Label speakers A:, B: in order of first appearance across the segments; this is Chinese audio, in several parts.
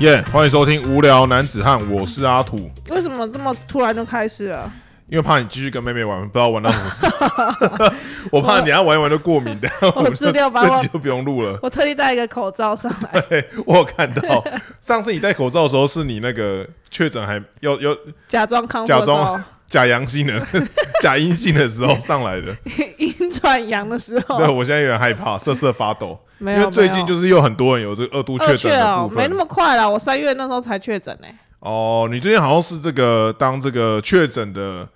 A: 耶欢迎收听《无聊男子汉》，我是阿土。
B: 为什么这么突然就开始了？
A: 因为怕你继续跟妹妹玩，不知道玩到什么时候， 我怕你要玩一玩就过敏的。
B: 我
A: 们
B: 资料把
A: 这
B: 我
A: 集就不用录了。
B: 我特地带一个口罩上 来，
A: 嘿我有看 到上次你戴口罩的时候，是你那个确诊还要要
B: 假装康复
A: 假
B: 的时
A: 装
B: 候，
A: 假阳性的 假阴性的时候上来 的。
B: 阴转阳的时
A: 对，
B: 候，
A: 我现在有点害怕，瑟瑟发抖，
B: 哦没
A: 因
B: 有
A: 为最近就是是有很多人有这个二度确
B: 二
A: 诊
B: 确
A: 的
B: 哦
A: 部，
B: 没
A: 分
B: 那。么快啦，我三月那时候才确诊欸呢。
A: 哦，你最近好像是这个当这个确诊的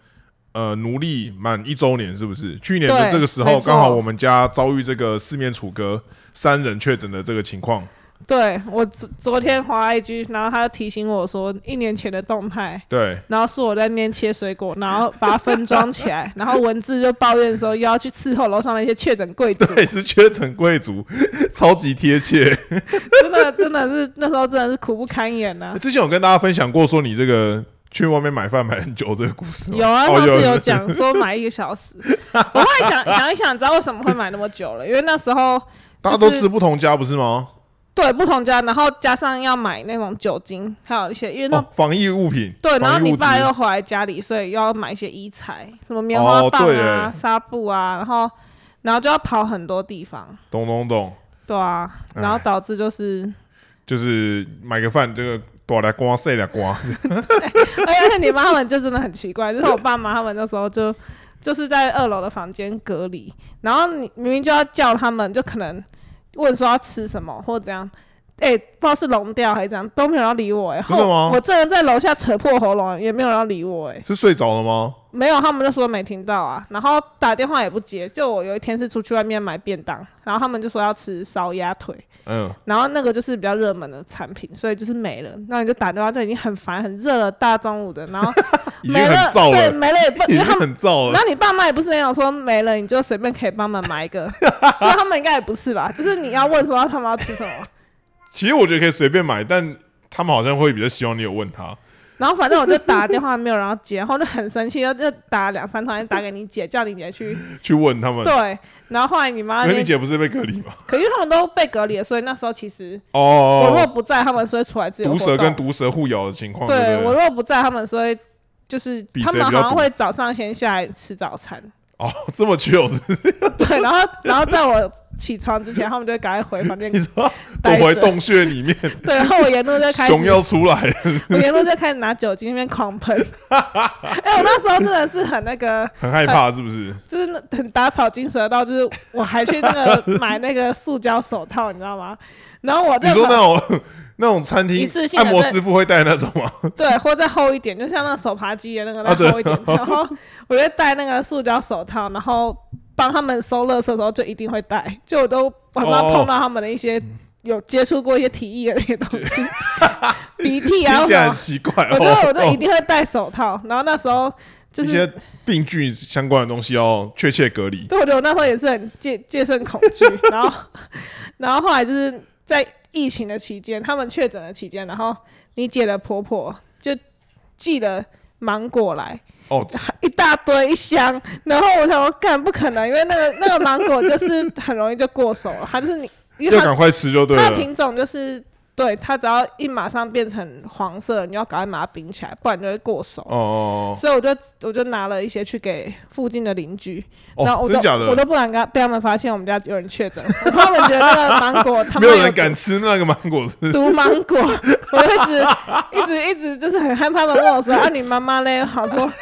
A: 呃奴隶满一周年，是不是？去年的
B: 对
A: 这个时候，
B: 没错
A: 刚好我们家遭遇这个四面楚歌、三人确诊的这个情况。
B: 对我昨昨天滑 IG，然后他就提醒我说一年前的动态，
A: 对，
B: 然后是我在那边切水果，然后把它分装起 来，然后文字就抱怨说又要去伺候楼上的一些确诊贵 族，
A: 对，是确诊贵族， 超级贴 切。
B: 真的真的是那时候真的是苦不堪言啊呐、
A: 之前有跟大家分享过，说你这个去外面买饭买很久这个故事吗。
B: 有啊，
A: 哦
B: 上次
A: 有
B: 有讲说买一个 小时，我后来想想一想，你知道为什么会买那么久了？因为那时候
A: 大家都
B: 就是
A: 吃不同家，不是吗？
B: 对不同家，然后加上要买那种酒精，还有一些因为那、
A: 哦，防疫物品。
B: 对，然后
A: 防疫
B: 你
A: 物资
B: 爸又回来家里，所以又要买一些衣材，什么棉花
A: 哦
B: 棒
A: 对
B: 啊、
A: 耶
B: 纱布啊，然后然后就要跑很多地方，
A: 懂懂懂，
B: 对啊，
A: 哎
B: 然后导致就是，
A: 就是买个饭，这个刮来刮塞来刮。
B: 而且而且你妈他们就真的很奇怪，就是我爸妈他们那时候就。就是在二楼的房间隔离，然后你明明就要叫他们，就可能问说要吃什么或者怎样，哎、不知道是聋掉还是怎样，都没有人要理我、哎，
A: 真的吗
B: 我我这人在楼下扯破喉咙，也没有人要理我、哎，
A: 是睡着了吗？
B: 没有，他们就说没听到啊，然后打电话也不接。就我有一天是出去外面买便当，然后他们就说要吃烧鸭腿，
A: 嗯，
B: 然后那个就是比较热门的产品，所以就是没了。那你就打电话，就已经很烦很热了，大中午的，然后
A: 已经
B: 没
A: 很
B: 了，
A: 燥
B: 对，
A: 了，
B: 没了也不，
A: 已
B: 因
A: 经
B: 为他们，
A: 很燥
B: 然
A: 了。
B: 后你爸妈也不是那种说没了你就随便可以帮忙买一个， 就他们应该也不是吧？就是你要问说他们要吃什么，
A: 其实我觉得可以随便买，但他们好像会比较希望你有问他。
B: 然后反正我就打电话没有人要接，然后就很生气，就就打了两三趟，打给你姐，叫你姐去，
A: 去问他们。
B: 对，然后后来你
A: 嗯因
B: 妈那
A: 为
B: 天
A: 你姐不是被隔离吗？
B: 可因为他们都被隔离了，所以那时候其实我若
A: 哦，
B: 不在，他们是会出来自由
A: 毒
B: 活
A: 蛇
B: 动。
A: 跟毒蛇互咬的情况，对
B: 对
A: 不
B: 我
A: 对？
B: 若不在，他们是会就是
A: 比
B: 他
A: 谁
B: 们好
A: 比较
B: 像
A: 毒
B: 会早上先下来吃早餐，
A: 哦， 这么久是不是？
B: 对，然后然后在我起床之前，他们就会赶快回 房间
A: 你，说躲
B: 呆着
A: 回洞穴里 面，
B: 对，然后我沿路就开始，
A: 熊要出来 了，
B: 我沿路就开始拿酒精那边 狂喷，哎、我那时候真的是很那个，
A: 很害
B: 呃
A: 怕是不是？
B: 就是那很打草惊蛇到，就是我还去那个买那个塑胶手套，你知道吗？然后我
A: 你
B: 任
A: 说
B: 何
A: 那种 那种餐
B: 一
A: 厅
B: 次性的
A: 按摩师傅会戴那种 吗？
B: 对，或再厚一点，就像那手扒鸡的那个
A: 啊对
B: 再厚一点。 然后我就戴那个塑胶手套，然后帮他们收垃圾的时候就一定会戴，就我都我很怕
A: 哦
B: 碰到他们的一些、有接触过一些体液的那些东 西，鼻涕啊
A: 听起
B: 什
A: 来很
B: 么，
A: 奇怪
B: 我就我就一
A: 哦。
B: 定会戴手套。然后那时候就
A: 一
B: 是，
A: 些病菌相关的东西要确切隔离。
B: 对，我觉得我那时候也是很戒戒慎恐 惧。然后然后后来就是在疫情的期间，他们确诊的期间，然后你姐的婆婆就寄了芒果来。
A: 哦，
B: 一大堆一箱，然后我想说，干不可能，因为那个那个芒果就是很容易就过手了，它就是你，因为
A: 要赶
B: 它
A: 快吃就对
B: 它的
A: 了。
B: 品种就是对它只要一马上变成黄色，你要赶快把它冰起来，不然就会过手。
A: 哦哦
B: 所以我就我就拿了一些去给附近的邻居，
A: 哦
B: 然后
A: 哦，
B: 我
A: 真
B: 都
A: 假的
B: 我？都不敢跟他被他们发现我们家有人确诊，我怕他们觉得那个芒果他
A: 没
B: 们
A: 有人敢吃那个芒果汁，
B: 毒芒果，我一直一直一直就是很害怕的问我说：“啊，你妈妈嘞？”好说，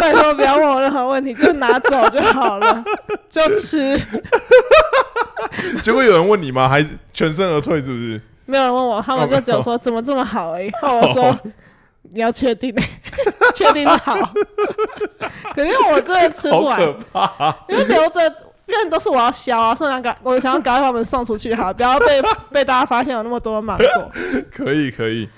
B: 拜托不要问我任何问题，就拿走就好了，就吃。
A: 结果有人问你吗？还是全身而退？是不是？
B: 没有人问我，他们就只有说怎么这么 好而已。后来我说你要确定，确定是好。可是我真的吃不
A: 好
B: 完，
A: 可怕！
B: 因为留着。因为都是我要削啊，所以想赶，我想要赶快把他们送出去，好，不要被被大家发现有那么多芒果。
A: 可以，可以。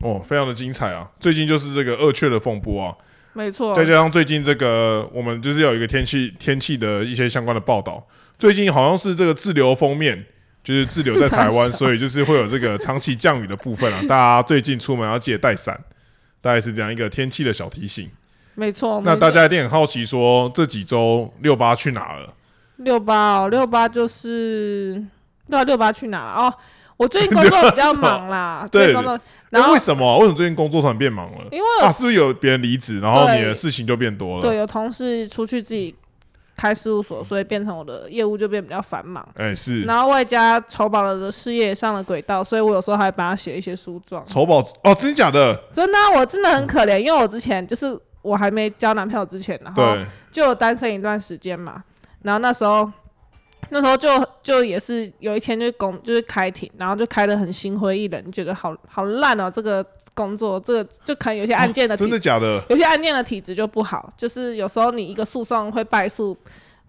A: 哦，非常的精彩啊！最近就是这个恶雀的风波啊，
B: 没错，
A: 再加上最近这个我们就是有一个天气天气的一些相关的报道。最近好像是这个滞留封面，就是滞留在 台
B: 傻笑
A: 湾，所以就是会有这个长期降雨的部分 啊。大家最近出门要记得带伞，大概是这样一个天气的小提醒。
B: 没错。
A: 那大家一定很好奇说这几周六八去哪了？
B: 六八哦，六八就是对啊，六八去哪了？哦，我最近工作比较忙啦，
A: 对
B: 最近工作，然
A: 哎
B: 后
A: 为什么啊？为什么最近工作突然变忙了？
B: 因为
A: 啊，是不是有别人离职，然后
B: 对
A: 你的事情就变多了？
B: 对，有同事出去自己开事务所，所以变成我的业务就变比较繁忙。
A: 哎，是
B: 然后外加筹宝的事业也上了轨道，所以我有时候还帮他写一些书状。
A: 丑宝哦，真假的？
B: 真的啊、我真的很可怜，因为我之前就是我还没交男朋友之前，然后
A: 对，
B: 就有单身一段时间嘛。然后那时候，那时候就就也是有一天就工就是开庭，然后就开得很心灰意冷，觉得好好烂哦，这个工作，这个就可能有些案件的
A: 哦
B: 体
A: 真的假的？
B: 有些案件的体质就不好，就是有时候你一个诉讼会败诉，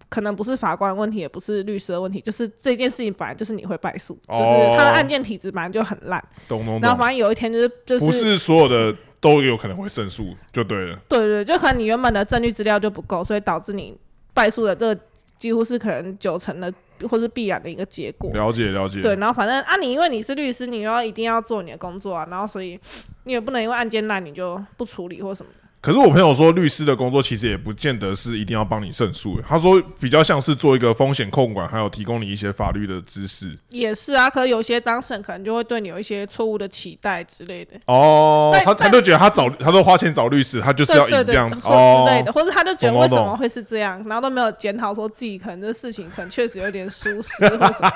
B: 可能不是法官的问题，也不是律师的问题，就是这件事情本来就是你会败诉，
A: 哦
B: 就是他的案件体质本来就很烂。
A: 懂懂
B: 然
A: 懂，
B: 后反正有一天就是就
A: 不
B: 是
A: 是所有的都有可能会胜诉，就对了。
B: 对对，就可能你原本的证据资料就不够，所以导致你败诉的这个几乎是可能九成的或是必然的一个结果。
A: 了解了解，
B: 对，然后反正啊，你因为你是律师，你又要一定要做你的工作啊，然后所以你也不能因为案件烂你就不处理或什么的。
A: 可是我朋友说，律师的工作其实也不见得是一定要帮你胜诉，欸他说比较像是做一个风险控管，还有提供你一些法律的知识。
B: 也是啊，可是有些当事人可能就会对你有一些错误的期待之类的，
A: 哦，
B: 但
A: 他他
B: 但
A: 就觉得他找他都花钱找律师，他就是要
B: 对
A: 赢这
B: 对对，
A: 样子
B: 或
A: 哦
B: 之类的，或者他就觉得
A: 懂懂
B: 为什么
A: 懂
B: 会是这样，然后都没有检讨说自己可能这事情可能确实有点疏失或什么。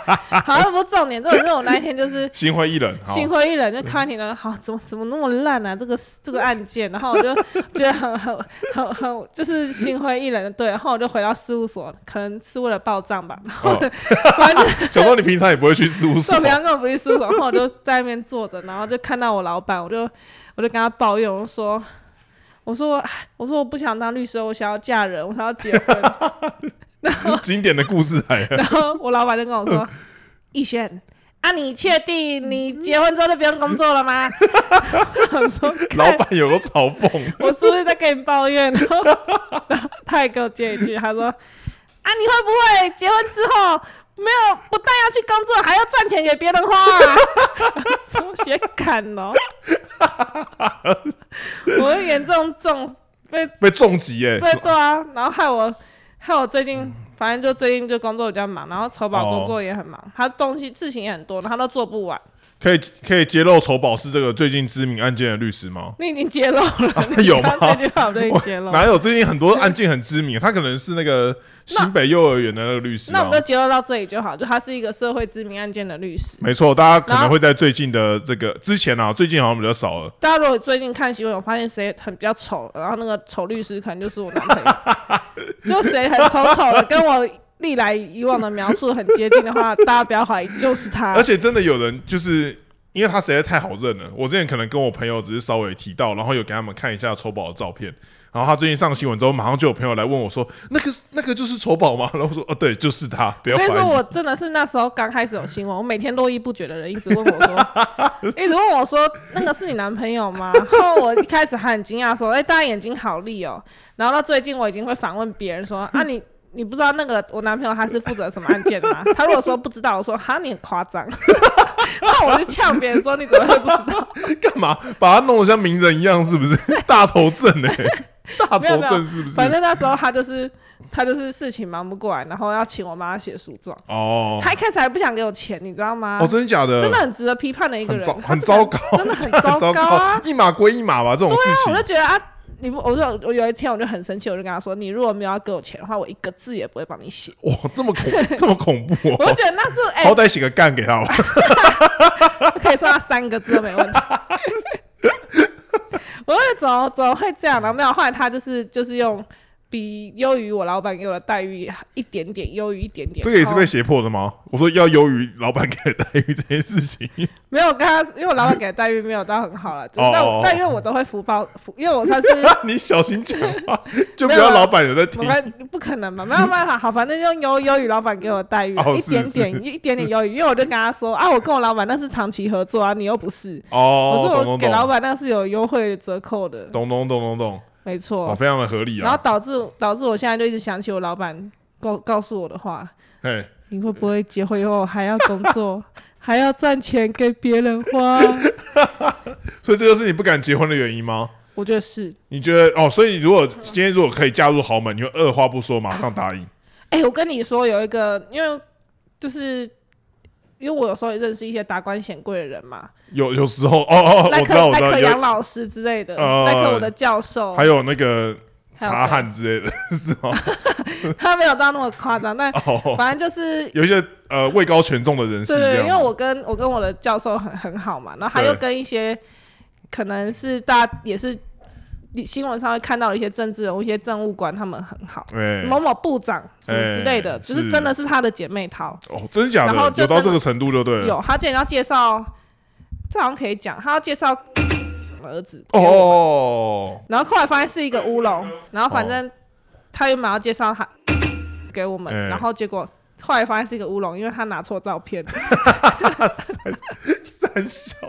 B: 好，那不是重点，重点是我那一天就是
A: 心灰意冷，好
B: 心灰意冷，就看你了，好，怎么怎么那么烂啊，这个这个案件，然后我就 觉得很很很很就是心灰意冷的，对，然后我就回到事务所，可能是为了报账吧， 然后
A: 哦
B: 反正
A: 想说你平常也不会去啊事务所
B: 我，平常根本不去书然后我就在那边坐着，然后就看到我老板，我就我就跟他抱怨，我就说，我说我我说我不想当律师，我想要嫁人，我想要结婚。
A: 经典的故事 来了。
B: 然后我老板就跟我说， 逸轩。啊，你确定你结婚之后就不用工作了吗？ 我说，
A: 老
B: 看
A: 板有个嘲讽，
B: 我是不是在跟你抱怨？ 然后，然后他也给我接一句，他说：“啊，你会不会结婚之后没有不但要去工作，还要赚钱给别人花啊？” 说写砍哦， 我会严重重被
A: 被重击哎、
B: 被对啊，然后害我害我最
A: 嗯
B: 近。反正就最近就工作比较忙，然后筹保工作也很忙，
A: 哦
B: 他东西事情也很多，他都做不完。
A: 可以可以揭露丑宝是这个最近知名案件的律师吗？啊
B: 你已经揭露了，你
A: 有吗
B: 刚刚这句话我都已经揭露了。
A: 哪有最近很多案件很知名，啊他可能是那个新北幼儿园的那个律师、
B: 那我
A: 啊
B: 们。就揭露到这里就好，就他是一个社会知名案件的律师。
A: 没错，大家可能会在最近的这个之前啊，最近好像比较少了。
B: 大家如果最近看新闻，有发现谁很比较丑，然后那个丑律师可能就是我男朋友， 就谁很丑丑的，跟我历来以往的描述很接近的话，大家不要怀疑，就是 他
A: 而。且真的有人就是因为他实在太好认了，我之前可能跟我朋友只是稍微提到，然后有给他们看一下丑宝的照片，然后他最近上新闻之后，马上就有朋友来问我说：“那个那个就是丑宝吗？”然后我说：“哦，对，就是他，不要
B: 我
A: 怀
B: 跟你说，
A: 疑。
B: 我真的是那时候刚开始有新闻，我每天络绎不绝的人一直问我说， 一直问我说，那个是你男朋友吗？然后我一开始还很惊讶说，哎、大家眼睛好利哦。然后到最近，我已经会反问别人说， 啊你。你不知道那个我男朋友他是负责什么案件吗？他如果说不知道，我说哈你很夸张， 那我就呛别人说你怎么会不知道？
A: 干嘛把他弄得像名人一样？是不 是大头症 哎、大
B: 没有
A: 头
B: 没有
A: 症是不是？
B: 反正那时候他就是他就是事情忙不过来，然后要请我妈写诉状。
A: 哦
B: 他一开始还不想给我钱，你知道吗？
A: 哦，真的假的？
B: 真的很值得批判的一个
A: 很
B: 人，
A: 糟
B: 他
A: 很
B: 这
A: 糟
B: 个
A: 糕，
B: 人真的很
A: 很
B: 糟
A: 糟
B: 糕 啊！
A: 一码归一码吧，这种事
B: 我
A: 情
B: 就觉得啊，你不，我就我有一天我就很生气，我就跟他说，你如果没有要给我钱的话，我一个字也不会帮 你写。
A: 哇，这么恐这么恐怖
B: 我就
A: 哦。
B: 觉得那是哎、
A: 好歹写个干给他吧，
B: 可以说他三个字都没 问题。我就觉得怎么怎么会这样呢？没有，后来他就是就是用比优于我老板给我的待遇一点点，优于一点哦点。
A: 这个也是
B: 然
A: 被
B: 后
A: 胁迫的吗？我说要优于老板给的待遇这件事情，
B: 没有跟他，因为我老板给的待遇没有到很好了，就是
A: 哦
B: 但
A: 哦哦
B: 我但因为我都会福报，福因为我算是
A: 你小心讲 话，就不要老板有在听
B: 啊我。们不可能嘛，没有办法，好，反正就优优于老板给我的待遇啊、
A: 哦
B: 一
A: 是
B: 点
A: 是
B: 点一点点优于，因为我就跟他说啊，我跟我老板那是长期合作啊，你又不是，我
A: 哦，
B: 说
A: 懂
B: 我
A: 懂
B: 给老
A: 懂，
B: 板那是有优惠折扣的，
A: 懂懂懂懂懂，
B: 没
A: 哦，
B: 错，
A: 非常的合理
B: 然后
A: 啊。
B: 导致导致我现在就一直想起我老板告告诉我的话，
A: 哎，
B: 你会不会结婚以后还要工 作，还要赚钱给别人花？
A: 所以这就是你不敢结婚的原因吗？
B: 我觉得是，
A: 你觉得哦？所以如果今天如果可以嫁入豪门，你会二话不说马上答应？
B: 哎、我跟你说有一个，因为就是因为我有时候也认识一些达官显贵的人嘛，
A: 有有时候哦哦，
B: 赖
A: 我知
B: 克
A: 道我
B: 赖
A: 知道，
B: 克杨
A: 有
B: 老师之类的，
A: 呃
B: 赖克我的教授
A: 还，有那个
B: 还有
A: 茶
B: 谁
A: 汉之类的，是吗？
B: 他没有到那么夸张，但
A: 哦，
B: 反正就是
A: 有一些呃位高权重的人士
B: 对
A: 这
B: 对，
A: 样
B: 因
A: 吗，
B: 为我跟我跟我的教授很很好嘛，然后他
A: 对
B: 又跟一些可能是大也是你新闻上会看到的一些政治人物、一些政务官，他们很好，
A: 哎
B: 某某部长什么之类的，
A: 哎
B: 就是
A: 是
B: 真的是他的姐妹淘。
A: 哦，真的假
B: 然后
A: 的？
B: 就
A: 有到
B: 真
A: 这
B: 的
A: 个程度就对了。
B: 有，他之前要介绍，这好像可以讲，他要介绍 儿子
A: 哦哦，
B: 然后后来发现是一个乌龙，然后反正他原本要介绍他给我们，
A: 哎
B: 然后结果后来发现是一个乌龙，因为他拿错照片，
A: 三小
B: 就是
A: 三小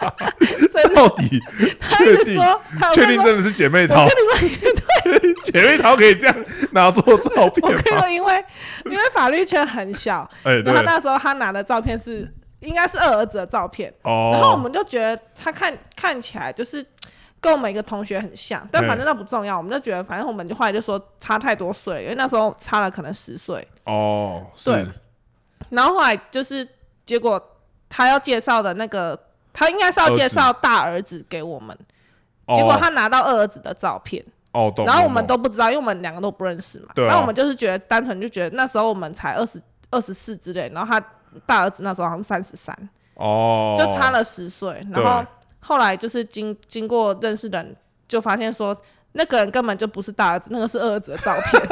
A: 啦，
B: 真的，
A: 到底
B: 他一
A: 确
B: 直
A: 定
B: 说，他
A: 确定
B: 我跟
A: 真的是姐妹
B: 你说
A: 淘
B: 我？跟你说，
A: 姐妹淘可以这样拿做照
B: 我
A: 片
B: 跟你
A: 吗？
B: 说，因为因为法律圈很小，
A: 哎，
B: 然
A: 对
B: 后，那时候他拿的照片是应该是二儿子的照片，然后我
A: 哦，
B: 们就觉得他看看起来就是。跟我们一个同学很像，
A: 哎
B: 但反正那不重要，我们就觉得反正我们就后来就说差太多岁了，因为那时候差了可能十岁，
A: 哦，是
B: 对然后后来就是结果他要介绍的那个，他应该是要介绍大儿子给我们，
A: 哦
B: 结果他拿到二儿子的照片，
A: 哦，懂。
B: 然后我们
A: 懂
B: 都不知道，因为我们两个都不认识嘛。
A: 对啊
B: 然后我们就是觉得单纯就觉得那时候我们才二十二十四之类，然后他大儿子那时候好像三十三，
A: 懂哦，
B: 就差了十岁。然后
A: 对
B: 后来就是经经过认识的人就发现说。那个人根本就不是大儿子，那个是二儿子的照片。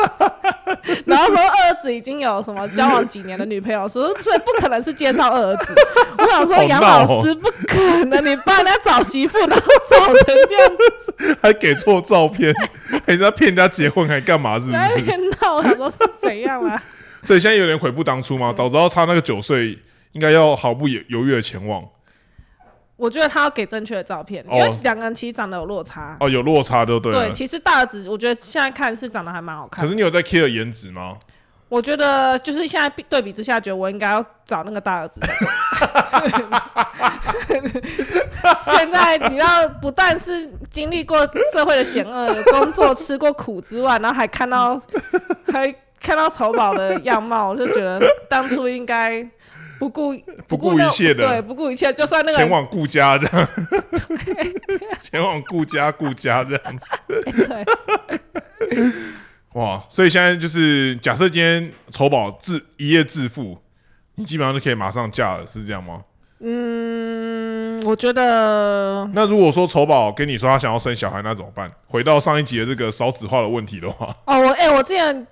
B: 然后说二儿子已经有什么交往几年的女朋友，说所以不可能是介绍二儿子。我想说
A: 好
B: 杨
A: 闹
B: 老
A: 哦
B: 师不可能，你帮人家找媳妇，然后找成这样子，
A: 还给错照片，人家骗人家结婚还干嘛？是不
B: 在那
A: 是？
B: 边闹，我想说是怎样啊啦、
A: 所以现在有点悔不当初吗？早知道差那个九岁，应该要毫不犹犹豫的前往。
B: 我觉得他要给正确的照片，
A: 哦
B: 因为两个人其实长得有落差。
A: 哦，有落差就对了。
B: 对，其实大儿子我觉得现在看是长得还蛮好看
A: 可
B: 的。
A: 是你有在 care 颜值吗？
B: 我觉得就是现在比对比之下，觉得我应该要找那个大儿子。现在你知道，不但是经历过社会的险恶，有工作吃过苦之外，然后还看到还看到丑宝的样貌，我就觉得当初应该不顾
A: 不
B: 顾
A: 顾
B: 那
A: 一切的
B: 对，不顾一切，就算那个
A: 前
B: 人
A: 往顾家这样， 前往顾家顾家这样子。
B: 对
A: 哇，所以现在就是假设今天丑宝致一夜致富，你基本上就可以马上嫁了，是这样吗？
B: 嗯，我觉得
A: 那如果说丑宝跟你说他想要生小孩，那怎么办？回到上一集的这个少子化的问题的话，
B: 哦，我哎、我之前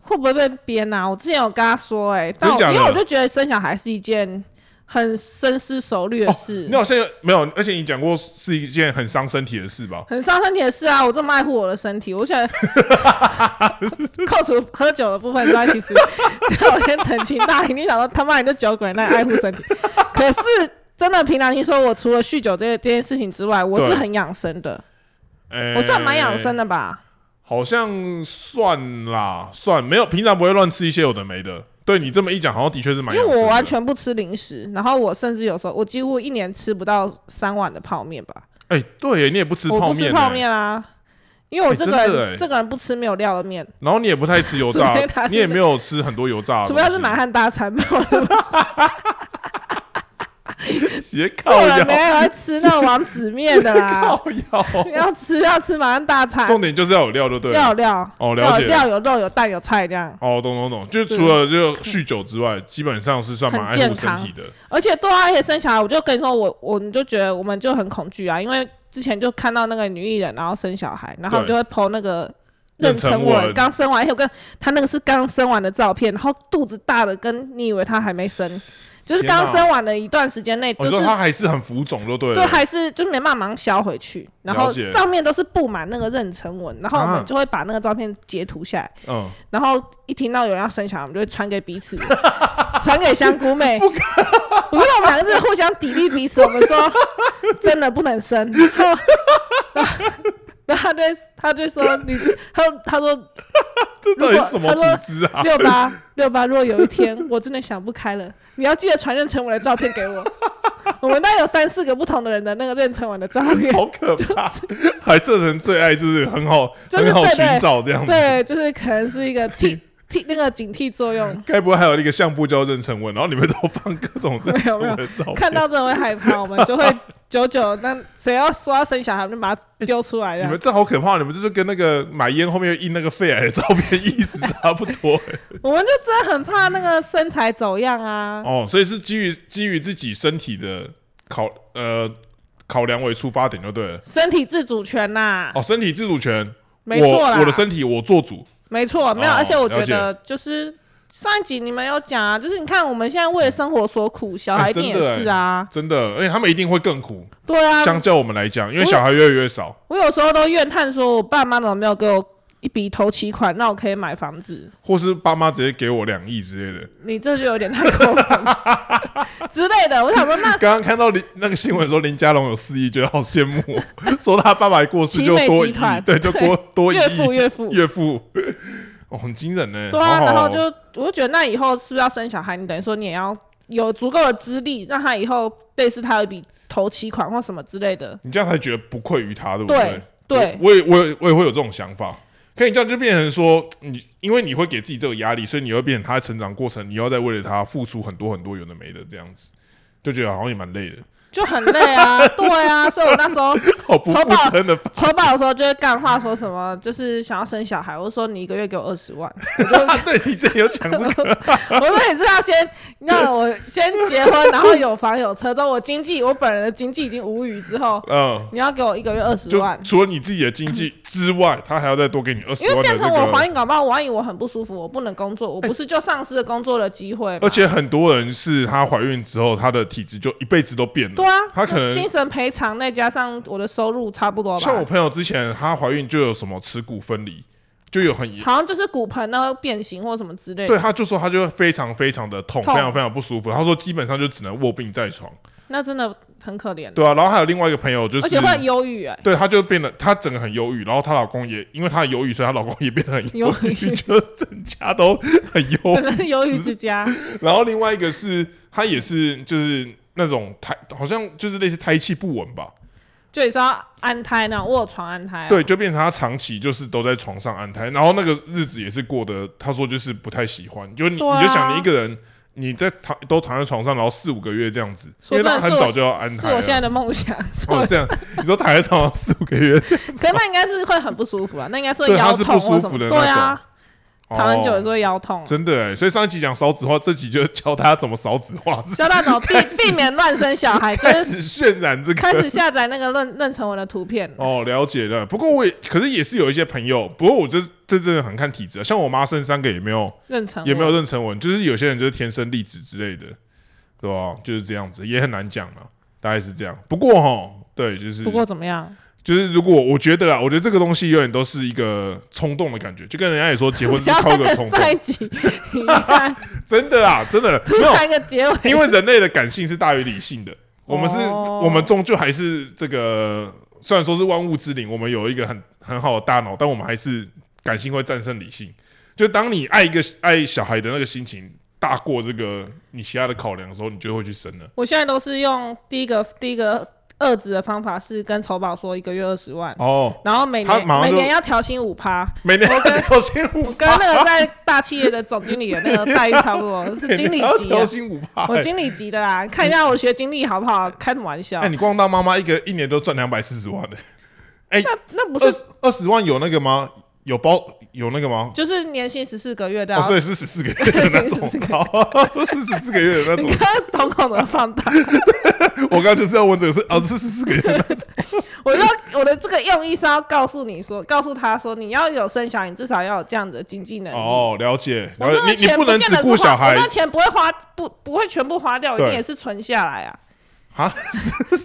B: 会不会被编啊？我之前有跟他说、哎，但我
A: 真假的
B: 因为我就觉得生小孩是一件很深思熟虑的 事，
A: 那好哦像有没有，而且你讲过是一件很伤身体的事吧？
B: 很伤身体的事啊。我这么爱护我的身体，我想 扣除喝酒的部分之外， 其实我先澄清大家一定想说他妈你这酒鬼，那你爱护身体，可是。真的，凭良心说，我除了酗酒这这件事情之外，我是
A: 对
B: 很养生的，
A: 哎
B: 我算蛮养生的吧。
A: 好像算啦，算没有平常不会乱吃一些有的没的。对你这么一讲，好像的确是蛮
B: 因
A: 养
B: 为
A: 生的。
B: 我完全不吃零食，然后我甚至有时候我几乎一年吃不到三碗的泡面吧，
A: 哎、对耶，你也不吃
B: 我
A: 泡
B: 不
A: 面、
B: 吃
A: 欸，
B: 泡面啊，因为我
A: 哎
B: 这个人、
A: 真的哎
B: 这个人不吃没有料的面，
A: 然后你也不太吃油炸
B: 除非它，是
A: 你也没有吃很多油炸的东西，
B: 除非他是满汉大餐吧，我都不吃
A: 斜
B: 这
A: 靠
B: 种
A: 腰
B: 人没有会吃那种王子面的啦，
A: 靠腰，
B: 要吃要吃满汉大餐，
A: 重点就是要有料，就对
B: 要有
A: 了。
B: 料，
A: 哦了
B: 要
A: 解
B: 有料有肉有蛋有菜这样，
A: 哦，懂懂懂，就是除了就酗酒之外，基本上是算蛮
B: 很
A: 爱护
B: 健
A: 身
B: 康
A: 体的。
B: 而且对啊，而且生小孩，我就跟你说，我我们就觉得我们就很恐惧啊，因为之前就看到那个女艺人，然后生小孩，然后
A: 对
B: 就会 PO 那个
A: 妊
B: 妊
A: 娠
B: 娠
A: 纹
B: 纹，刚生完，而且我跟她那个是刚生完的照片，然后肚子大的跟你以为她还没生，就是
A: 天哪
B: 刚生完的一段时间内，
A: 我你
B: 就
A: 说
B: 是
A: 他还哦是很浮肿，就对
B: 对，
A: 了。
B: 还是就没办法马上消回去，然后
A: 了解
B: 上面都是布满那个妊娠纹，然后我
A: 啊
B: 们就会把那个照片截图下来，
A: 嗯，
B: 然后一听到有人要生小孩，我们就会传给彼此， 传给香菇妹。不我跟我们两个是互相砥砺彼此，我们说真的不能生。 然后，然后他就他就说你，他他说
A: 这到底是什么
B: 如果他
A: 组织啊？
B: 六八六八，若有一天我真的想不开了，你要记得传妊娠纹的照片给我。我们那有三四个不同的人的那个妊娠纹的照片，
A: 好可 怕！还设成最爱，就是很好，
B: 就是
A: 很好
B: 对
A: 寻
B: 对
A: 找这样子。。
B: 对，就是可能是一个 T 替那个警惕作用
A: 该不会还有一个相簿叫妊娠纹，然后你们都放各种 妊娠纹的照片？
B: 看到这种会害怕，我们就
A: 哎
B: 会久久那谁要说要生小孩，我们就把它丢出来
A: 你
B: 的
A: 们。这好可怕！你们这就跟那个买烟后面印那个肺癌的照片意思差不 多、欸
B: 我们就真的很怕那个身材走样啊。
A: 哦，所以是基于基于自己身体的考呃考量为出发点就对了。
B: 身体自主权呐、
A: 哦，身体自主权，
B: 没错啦
A: 我我的身体我做主。
B: 没错，没有，
A: 哦
B: 而且我觉
A: 了解
B: 得就是上一集你们有讲啊，就是你看我们现在为了生活所苦，小孩
A: 哎
B: 一定也
A: 真的哎
B: 是啊，
A: 真的，而且他们一定会更苦，
B: 对啊
A: 相，较我们来讲，因为
B: 我
A: 小孩越来越少，
B: 我有时候都怨叹说，我爸妈怎么没有给我一笔头期款，让我可以买房子？
A: 或是爸妈直接给我两亿之类的。
B: 你这就有点太过分了 之类的。我想说，那
A: 刚刚看到林那个新闻说林家龙有四亿，觉得好羡慕 哦、说他爸爸一过世就
B: 集美
A: 多
B: 集
A: 一亿
B: 团，
A: 对，就多多一
B: 岳父
A: 亿，
B: 岳父，
A: 岳父， 哦，很惊人呢、
B: 对啊，
A: 好好
B: 然后
A: 哦
B: 就我就觉得那以后是不是要生小孩？你等于说你也要有足够的资历，让他以后类似他有一笔头期款或什么之类的。
A: 你这样才觉得不愧于他，对不
B: 对对，
A: 我我也我也我也会有这种想法。可你这样就变成说，你因为你会给自己这个压力，所以你会变成他的成长过程，你要再为了他付出很多很多有的没的，这样子就觉得好像也蛮累的，
B: 就很 累啊，对啊，所以我那时候
A: 好哦不
B: 超
A: 负
B: 棒
A: 真的。
B: 筹保的时候就会干话，说什么就是想要生小孩，我就说你一个月给我二十万，
A: 对你之前有讲这个，
B: 我说你是要先让我先结婚，然后有房有车，之后我经济我本人的经济已经无语之后，
A: 嗯，
B: 你要给我一个月二十
A: 就
B: 万，嗯
A: 除了你自己的经济之外，他还要再多给你二十
B: 因为
A: 万的
B: 变
A: 这
B: 成我怀
A: 个。哎
B: 孕，搞不好我万一我很不舒服，我不能工作，我不是就丧失了工作的机会吗？
A: 而且很多人是她怀孕之后，她的体质就一辈子都变了。
B: 对啊，
A: 她可能
B: 精神赔偿再加上我的收入差不多
A: 像我
B: 吧，
A: 朋友之前她怀孕就有什么持股分离，就有很严
B: 好像就是骨盆那个变形或什么之类的
A: 对，，啊他就说他就非常非常的痛，
B: 痛
A: 非常非常不舒服。他说基本上就只能卧病在床，
B: 那真的很可怜，
A: 对啊。然后还有另外一个朋友就
B: 而
A: 是
B: 且，会忧郁哎。
A: 对，她就变得她整个很忧郁，然后她老公也因为她的忧郁，所以她老公也变得很忧郁，
B: 忧 郁
A: 就是整家都很忧
B: 整个是忧郁之家，
A: 然后另外一个是她也是就是那种胎，好像就是类似胎气不稳吧，
B: 就也是要安胎那种卧床安胎、啊。
A: 对，就变成她长期就是都在床上安胎，然后那个日子也是过得，她说就是不太喜欢，就你、
B: 对啊
A: 你就想你一个人。你在躺都躺在床上，然后四五个月这样子，因
B: 说
A: 为
B: 真
A: 她
B: 的是
A: 很
B: 我
A: 早就要安
B: 是
A: 胎了。
B: 我现在的梦想。是我
A: 哦，这样，你说躺在床上四五个月，这样
B: 可是那应该是会很不舒服啊，那应该是会
A: 对
B: 腰
A: 它是
B: 痛
A: 不
B: 或
A: 舒
B: 什
A: 服
B: 么。
A: 的
B: 对啊，
A: 哦
B: 躺很久也是会腰痛啊。
A: 真的哎。所以上一集讲少子化，这集就教大家怎么少子 化，是
B: 教大家怎么 避避免乱生小孩，就
A: 开
B: 是
A: 始渲染这
B: 开
A: 个。
B: 始下载那个妊妊娠纹的图片。
A: 哦，了解了。不过我也，可是也是有一些朋友，不过我这这真的很看体质啊。像我妈生三个也没有
B: 妊娠纹
A: 也没有妊娠纹，就是有些人就是天生丽质之类的，对吧？就是这样子，也很难讲了，大概是这样。不过哈，对，就是
B: 不过怎么样？
A: 就是如果我觉得啦，我觉得这个东西有点都是一个冲动的感觉，就跟人家也说结婚
B: 不
A: 是
B: 要
A: 靠
B: 再
A: 一个
B: 跟
A: 冲动
B: 上，一 集一样，
A: 真的啦，真的
B: 突
A: 没有。
B: 然一个结尾。
A: 因为人类的感性是大于理性的，我们是，
B: 哦
A: 我们终究还是这个，虽然说是万物之灵，我们有一个很很好的大脑，但我们还是感性会战胜理性。就当你爱一个爱小孩的那个心情大过这个你其他的考量的时候，你就会去生了。
B: 我现在都是用第一个第一个二子的方法，是跟丑宝说一个月二十万，
A: 哦，
B: 然后每
A: 他
B: 年
A: 马上
B: 每
A: 就
B: 年要调薪五趴。
A: 每年要调薪五
B: 跟那个在大企业的总经理的那个待遇差不多， 是经理
A: 要
B: 级
A: 调
B: 的。
A: 薪五趴。
B: 我
A: 欸
B: 经理级的啦，看一下我学经历好不好？开什么玩笑
A: 哎，？你光当妈妈一个一年都赚两百四十万的，
B: 那那不
A: 二
B: 是
A: 十二十万有那个吗？有包有那个吗？
B: 就是年薪十四个月的
A: 哦，
B: 啊？
A: 所以是十四个月的那种
B: 14个，
A: 哦是十四个月的那种
B: 你。 看瞳孔怎么放大？
A: 我刚刚就是要问这个是哦，是十四个月，
B: 我要我的这个用意是要告诉你说，告诉他说，你要有生小孩，你至少要有这样子的经济能力。
A: 哦，了解，
B: 我
A: 了
B: 那
A: 解，你你
B: 个钱
A: 不能
B: 见
A: 只
B: 得是
A: 顾
B: 花
A: 小
B: 我
A: 孩
B: 那钱不会花不不会全部花掉，一
A: 对
B: 定也是存下来啊。
A: 啊。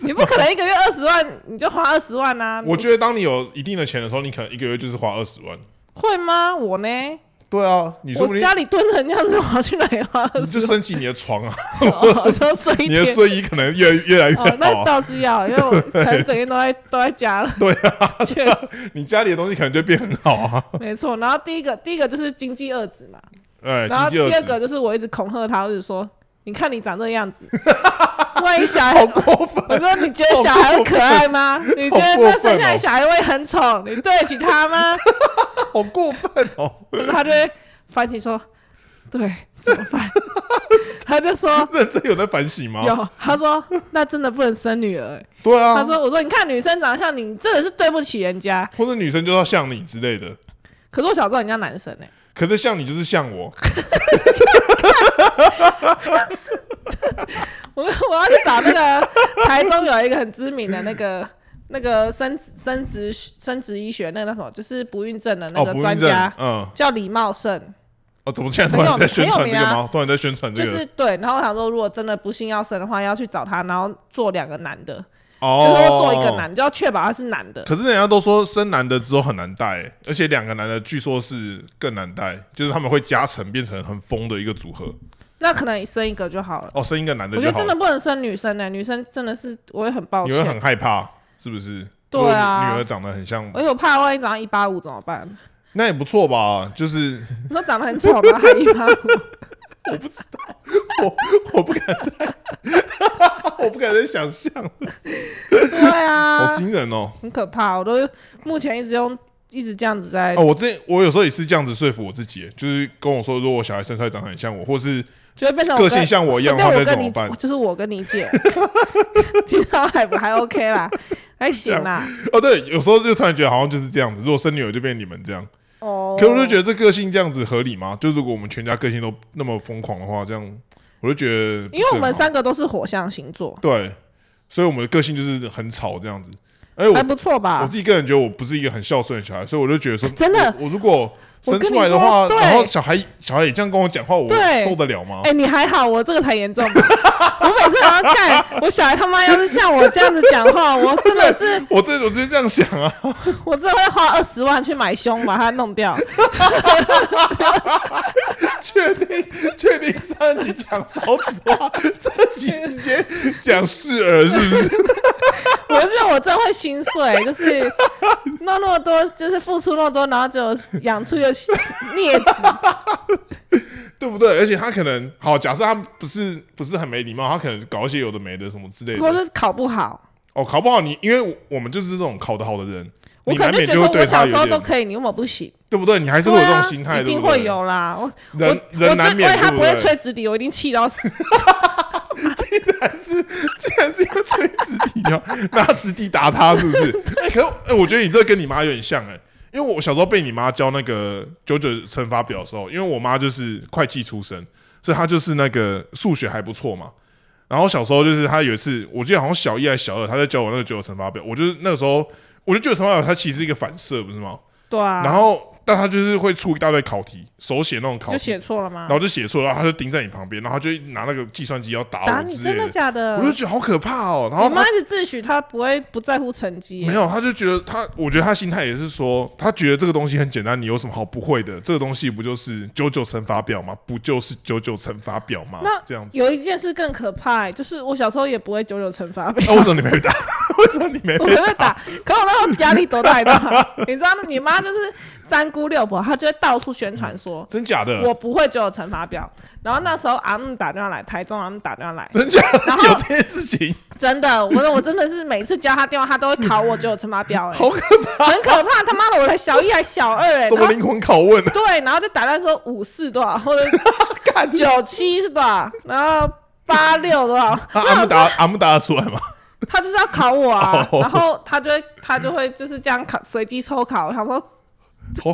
B: 你不可能一个月二十万你就花二十万啊？
A: 我觉得当你有一定的钱的时候，你可能一个月就是花二十万。
B: 会吗？我呢？
A: 对啊，你说不
B: 我
A: 定
B: 家里蹲成这样子，我要去哪里花二
A: 你
B: 十
A: 就升级你的床啊，
B: 万？ 我说睡一
A: 你的
B: 天。
A: 睡衣可能越越来 越
B: 哦，那
A: 好啊。
B: 倒是要，因为我可能整天都在都 在家了。
A: 对
B: 啊，确实
A: 你家里的东西可能就变很好啊。
B: 没错。然后第一个第一个就是经济二子嘛，
A: 哎，
B: 然后
A: 经
B: 第
A: 济二
B: 二
A: 子
B: 个就是我一直恐吓他，我一直说，你看你长这样子， 万一小孩
A: 好，过分，哦
B: 我说你觉得小孩会可爱吗？你觉得
A: 好过
B: 那
A: 分
B: 生下来
A: 哦
B: 小孩会很丑，你对得起他吗？
A: 好过分哦！
B: 然后他就会番茄说：“对，怎么办？” 他就说
A: 认真有在反省：“吗？
B: 有。”他说：“那真的不能生女儿欸、
A: 对啊，
B: 他说：“我说你看女生长得像你，真的是对不起人家。
A: 或者女生就要像你之类的，
B: 可是我想知道人家男生哎、
A: 可是像你就是像我，
B: 我我要去找那 个台中有一个很知名的那个那个生殖生殖生殖医学那个叫什么，就是不孕症的那
A: 哦，
B: 个
A: 不
B: 专
A: 孕症
B: 家，，
A: 嗯，
B: 叫李茂盛，
A: 哦，怎么现在突然在宣传这个
B: 很有名
A: 吗？突然在宣传这
B: 就
A: 个，
B: 是对。然后我想说，如果真的不幸要生的话，要去找他，然后做两个男的，
A: 哦，嗯
B: 就是要做一个男，就要确保他是男的。
A: 可是人家都说生男的之后很难带、而且两个男的据说是更难带，就是他们会加成变成很疯的一个组合。
B: 那可能生一个就好了。
A: 哦，生一个男的
B: 我觉
A: 就
B: 得
A: 好
B: 真的
A: 了，
B: 不能生女生呢、欸女生真的是我也很抱
A: 你会
B: 歉，
A: 很害怕，是不是？
B: 对啊
A: 如果女儿长得很像，
B: 而且我怕万一长到一八五怎么办？
A: 那也不错吧？就是
B: 你说长得很丑吗？还一 八五？
A: 我我不敢再， 我不敢再想象，
B: 对啊
A: 好，惊人哦！
B: 很可怕。我都目前一直用一直这样子在
A: 哦，我这我有时候也是这样子说服我自己，就是跟我说，如果我小孩生出来长得很像我，或是
B: 就会变成我
A: 个
B: 跟
A: 性像我一样的
B: 但
A: 话，
B: 我
A: 该怎
B: 跟你
A: 么办？
B: 就是我跟你姐， 其他还不还 OK 啦，还行啦。
A: 哦，对，有时候就突然觉得好像就是这样子，如果生女儿就变你们这样。
B: 哦，
A: 可我就觉得这个性这样子合理吗？就如果我们全家个性都那么疯狂的话，这样我就觉得不是很好，
B: 因为我们三个都是火象星座，
A: 对，所以我们的个性就是很吵这样子。而且
B: 还
A: 我
B: 不错
A: 我
B: 吧？
A: 自己个人觉得我不是一个很孝顺的小孩，所以我就觉得说，
B: 哎真的
A: 我，我如果生
B: 我跟
A: 出
B: 你
A: 来的话，
B: 说对
A: 然后小孩小孩也这样跟我讲话，我
B: 对
A: 受得了吗
B: 哎、？你还好，我这个才严重。我每次好像干，我小孩他妈要是像我这样子讲话，我真的是，
A: 我这我就是这样想啊，
B: 我真的会花二十万去买凶把它 弄掉。
A: 确定确定上一集讲少子化，这集直接讲适儿是不是？
B: 我就觉得我真会心 碎，就是弄那么多，就是付出那么多，然后就养出一个孽 子。
A: 对不对？而且他可能好，假设他不是不是很没礼貌，他可能搞一些有的没的什么之类
B: 如果
A: 的。
B: 是考不好，
A: 哦，考不好你，因为我我们就是那种考得好的人，
B: 我
A: 你
B: 可
A: 难
B: 能
A: 免
B: 觉
A: 就会
B: 得我
A: 对他
B: 小时
A: 有
B: 候都
A: 点，
B: 可以，你为什么不行？
A: 对不对？你还是会有这种心态，
B: 对啊一
A: 对
B: 定
A: 不对
B: 会有啦。我我
A: 人
B: 我
A: 人难
B: 最
A: 免，
B: 因为他
A: 对
B: 不
A: 不对
B: 会吹直笛，我一定气 到死。
A: 竟然是要吹纸笛啊，拿纸笛打他是不是？ 哎、可是、哎，我觉得你这跟你妈有点像哎、因为我小时候被你妈教那个九九乘法表的时候，因为我妈就是会计出身，所以她就是那个数学还不错嘛。然后小时候就是她有一次，我记得好像小一还是小二，她在教我那个九九乘法表，我就是那个时候，我觉得九九乘法表它其实是一个反射，不是吗？
B: 对啊，
A: 然后但她就是会出一大堆考题，手写那种考
B: 就
A: 题，
B: 写错了吗
A: 然？后就写错，然后她就盯在你旁边，然后她就拿那个计算机要打
B: 打
A: 我
B: 你
A: 之
B: 真
A: 类
B: 的假的？
A: 我就觉得好可怕哦。然后
B: 我
A: 她
B: 妈一直自诩她不会不在乎成绩
A: 没，有，啊他就觉得他，我觉得他心态也是说，他觉得这个东西很简单，你有什么好不会的？这个东西不就是九九乘法表吗？不就是九九乘法表吗？
B: 那
A: 这样子，
B: 有一件事更可怕、就是我小时候也不会九九乘法 表
A: 那、。啊为什么你没被打？ 为什么你没
B: 我
A: 被
B: 没会打，可我那时候压力多大 你知道吗你知道你妈就是三姑六婆，她就会到处宣传说。
A: 真假的？
B: 我不会九九乘法表，然后那时候阿木打电话来，台中阿木打电话来，
A: 真假
B: 然
A: 的
B: 后
A: 有这件事情？
B: 真的，我我真的是每次接他电话，他都会考我九九乘法表、欸，
A: 好可
B: 很可怕，他妈的，我才小一还小二哎、
A: 怕！什
B: 欸，然
A: 么
B: 后
A: 灵魂拷问？啊
B: 对，然后就打算说五四多少，或者九七是多少，然后八六多少，
A: 啊、阿木达阿木达得出来吗？
B: 他就是要考我啊，
A: 哦
B: 然后他就会他就会就是这样考，随机抽考，我想说
A: 好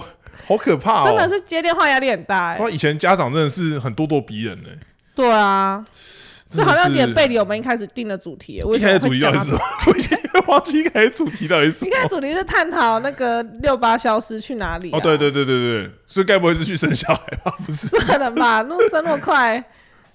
A: 好可怕哦！哦
B: 真的是接电话压力很大哎、
A: 哇，以前家长真的是很咄咄逼人呢、
B: 对啊，
A: 真的
B: 这好像
A: 是
B: 有点背离我们一开始定的主题欸。我
A: 一开始主题到底是什
B: 么？
A: 么？我已经忘记一开始主题到底是什
B: 一
A: 么
B: 开始。主题是探讨那个六八消失去哪里、啊？
A: 哦，对，对对对对，所以该不会是去生小孩吧？ 不是，
B: 可 能吧，那么生那么快。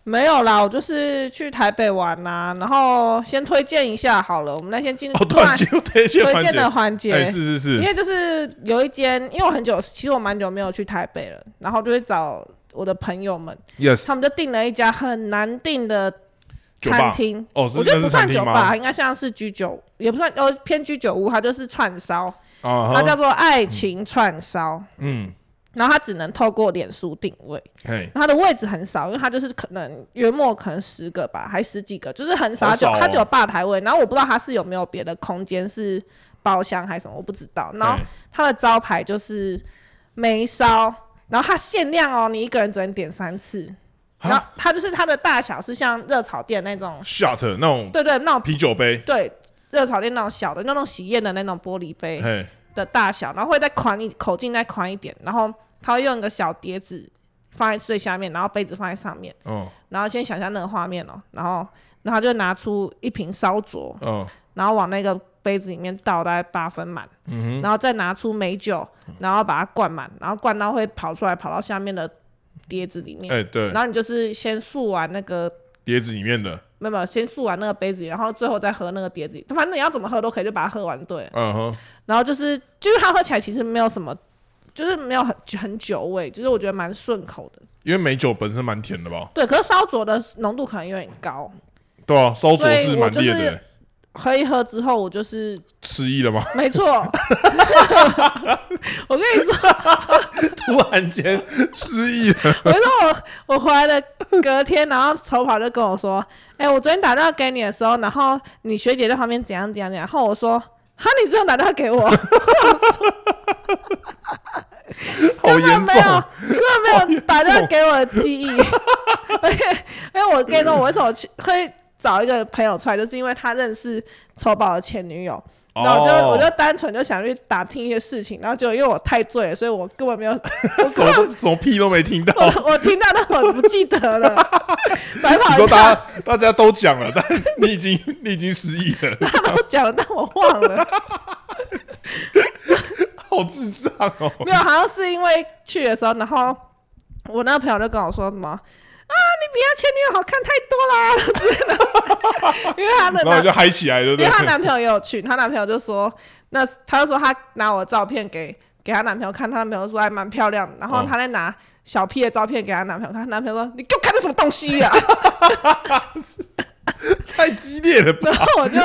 B: 没有啦，我就是去台北玩啦、然后先推荐一下好了，我们来先进入
A: 哦，突然进入推荐
B: 推
A: 环
B: 荐
A: 节
B: 的，环节，
A: 哎，是是
B: 因
A: 是，
B: 为就是有一间，因为我很久，其实我蛮久没有去台北了，然后就会找我的朋友们，
A: ，yes，
B: 他们就订了一家很难订的
A: 酒吧
B: 餐厅，
A: 哦，是
B: 我觉得
A: 那
B: 不
A: 是
B: 算
A: 餐
B: 酒
A: 厅吗
B: 吧，？应该像是居酒，也不算哦，偏居酒屋，它就是串烧，
A: 啊
B: 它叫
A: 哈，
B: 做爱情串烧。
A: 嗯，
B: 然后它只能透过脸书定位，
A: 嘿，
B: 然后它的位置很少，因为它就是可能约莫可能十个吧，还十几个，就是很少
A: 好
B: 酒，
A: 少哦
B: 它只有吧台位。然后我不知道它是有没有别的空间是包厢还是什么，我不知道。然后
A: 嘿
B: 它的招牌就是梅烧然后它限量哦，你一个人只能点三次。然后
A: 啊
B: 它就是它的大小是像热炒店那种，
A: ，shot 那种
B: 对对，那种
A: 啤酒杯，
B: 对热炒店那种小的那种喜宴的那种玻璃杯
A: 嘿，
B: 的大小，然后会再宽一口径再宽一点，然后它会用一个小碟子放在最下面，然后杯子放在上面，
A: 嗯
B: 然后先想象那个画面哦，然后然后他就拿出一瓶烧灼，
A: 嗯
B: 然后往那个杯子里面倒大概八分满，
A: 嗯
B: 然后再拿出美酒，然后把它灌满，然后灌到会跑出来，跑到下面的碟子里面。
A: 哎，对
B: 然，后你就是先漱完那个，
A: 碟子里面的，
B: 没有没有，先漱完那个杯子，然后最后再喝那个碟子，反正你要怎么喝都可以，就把它喝完对。
A: 嗯哼，
B: 然后就是就是它喝起来其实没有什么，就是没有很很酒味，就是我觉得蛮顺口的。
A: 因为美酒本身蛮甜的吧？
B: 对，可是烧灼的浓度可能有点高，
A: 对啊，烧灼
B: 所以
A: 是
B: 我
A: 蛮
B: 就是
A: 烈的欸，
B: 喝一喝之后我就是
A: 失忆了吗？
B: 没 错，我跟你说。
A: 突然间失忆了，
B: 我说我我回来的隔天，然后丑跑就跟我说：“ 哎、我昨天打电话给你的时候，然后你学姐在旁边怎样怎样怎样。”然后我说：“哈，你只有打电话给我，
A: 好
B: 根本
A: 严
B: 没
A: 重
B: 有
A: 啊，
B: 根本没有打电话给我的 记忆。”而且，因为我跟你说，我为什么去会找一个朋友出来，就是因为他认识丑宝的前女友。然后我就、我
A: 哦
B: 就单纯就想去打听一些事情，然后就因为我太醉了，所以我根本没有
A: 什么都什么屁都没听到。
B: 我我听到但是我不记得了，白跑
A: 你说
B: 一趟
A: 大家大家都讲了，但 你已经你已经失忆了，
B: 他都讲了，但我忘了。
A: 好智障哦！
B: 没有，好像是因为去的时候，然后我那个朋友就跟我说什么啊，你比他前女友好看太多啦，之类的。因为她的
A: 然后
B: 男，
A: 就嗨起来了，
B: 因
A: 对
B: 为
A: 不
B: 她
A: 对？
B: 男朋友也有去，她男朋友就说，那她就说她拿我的照片给给她男朋友看，她男朋友说还蛮漂亮的，然后
A: 嗯
B: 她再拿小 P 的照片给她男朋友看，她男朋友说你给我看的什么东西呀、
A: 太激烈了吧？
B: 然后我就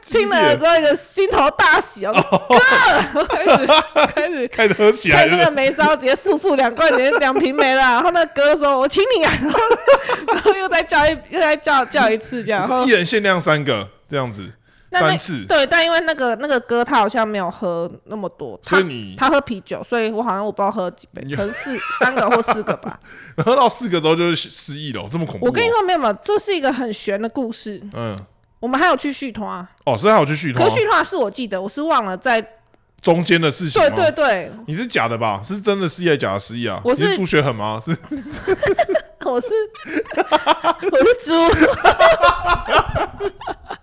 A: 激烈
B: 听了之后一个心头大喜，我说哥，我开始 开始
A: 开始喝起哦来
B: 看那个
A: 了，
B: 梅烧，直接速速两罐，直接两瓶没了。然后那个哥说：“我请你啊！”然后然后又再叫一又再叫叫一次这样。然后
A: 一人限量三个这样子，
B: 那那
A: 三次，
B: 对，但因为那个那个哥他好像没有喝那么多，他
A: 所以你
B: 他喝啤酒，所以我好像我不知道喝几杯，
A: 你
B: 可能是三个或四个 吧。
A: 喝到四个之后就是失忆了，这么恐怖哦？
B: 我跟你说没有没有，这是一个很悬的故事。
A: 嗯，
B: 我们还有去续团啊，
A: 哦，所以还有去续通啊
B: 可是续团是我记得，我是忘了在
A: 中间的事情
B: 对
A: 吗？
B: 对对，
A: 你是假的吧？是真的失忆还是假的失忆啊？
B: 我
A: 你是
B: 是
A: 朱学恒吗？ 是
B: 我是我是猪，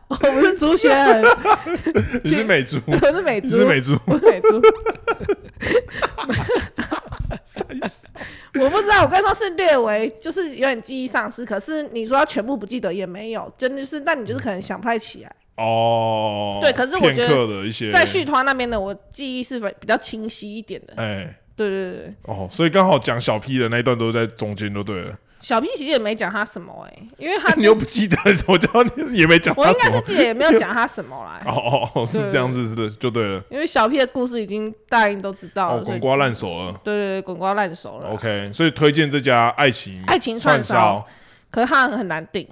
B: 我不是朱轩，
A: 你是美猪，
B: 我是美
A: 你
B: 猪，
A: 是美猪，
B: 我是美猪。我不知道，我跟你说是略微就是有点记忆丧失，可是你说要全部不记得也没有，真的是，那你就是可能想不太起来。
A: 哦，
B: 对可是我觉
A: 片
B: 得
A: 刻的一些
B: 在续团那边的，我记忆是比较清晰一点的。
A: 哎。
B: 对对对对，
A: 哦，所以刚好讲小 P 的那一段都在中间，就对了。
B: 小 P 其实也没讲他什么哎、因为 他
A: 你又不记得，我叫你也没讲
B: 我
A: 他
B: 应
A: 什
B: 该是
A: 么。
B: 记得也没有讲他什么啦。
A: 哦哦哦，是这样子，是的，就对了。
B: 因为小 P 的故事已经大家都知道了，
A: 哦，
B: 所以
A: 滚瓜烂熟了。
B: 对对对，滚瓜烂熟了。
A: OK，所以推荐这家爱情
B: 爱情
A: 串
B: 串烧，可是它很难定，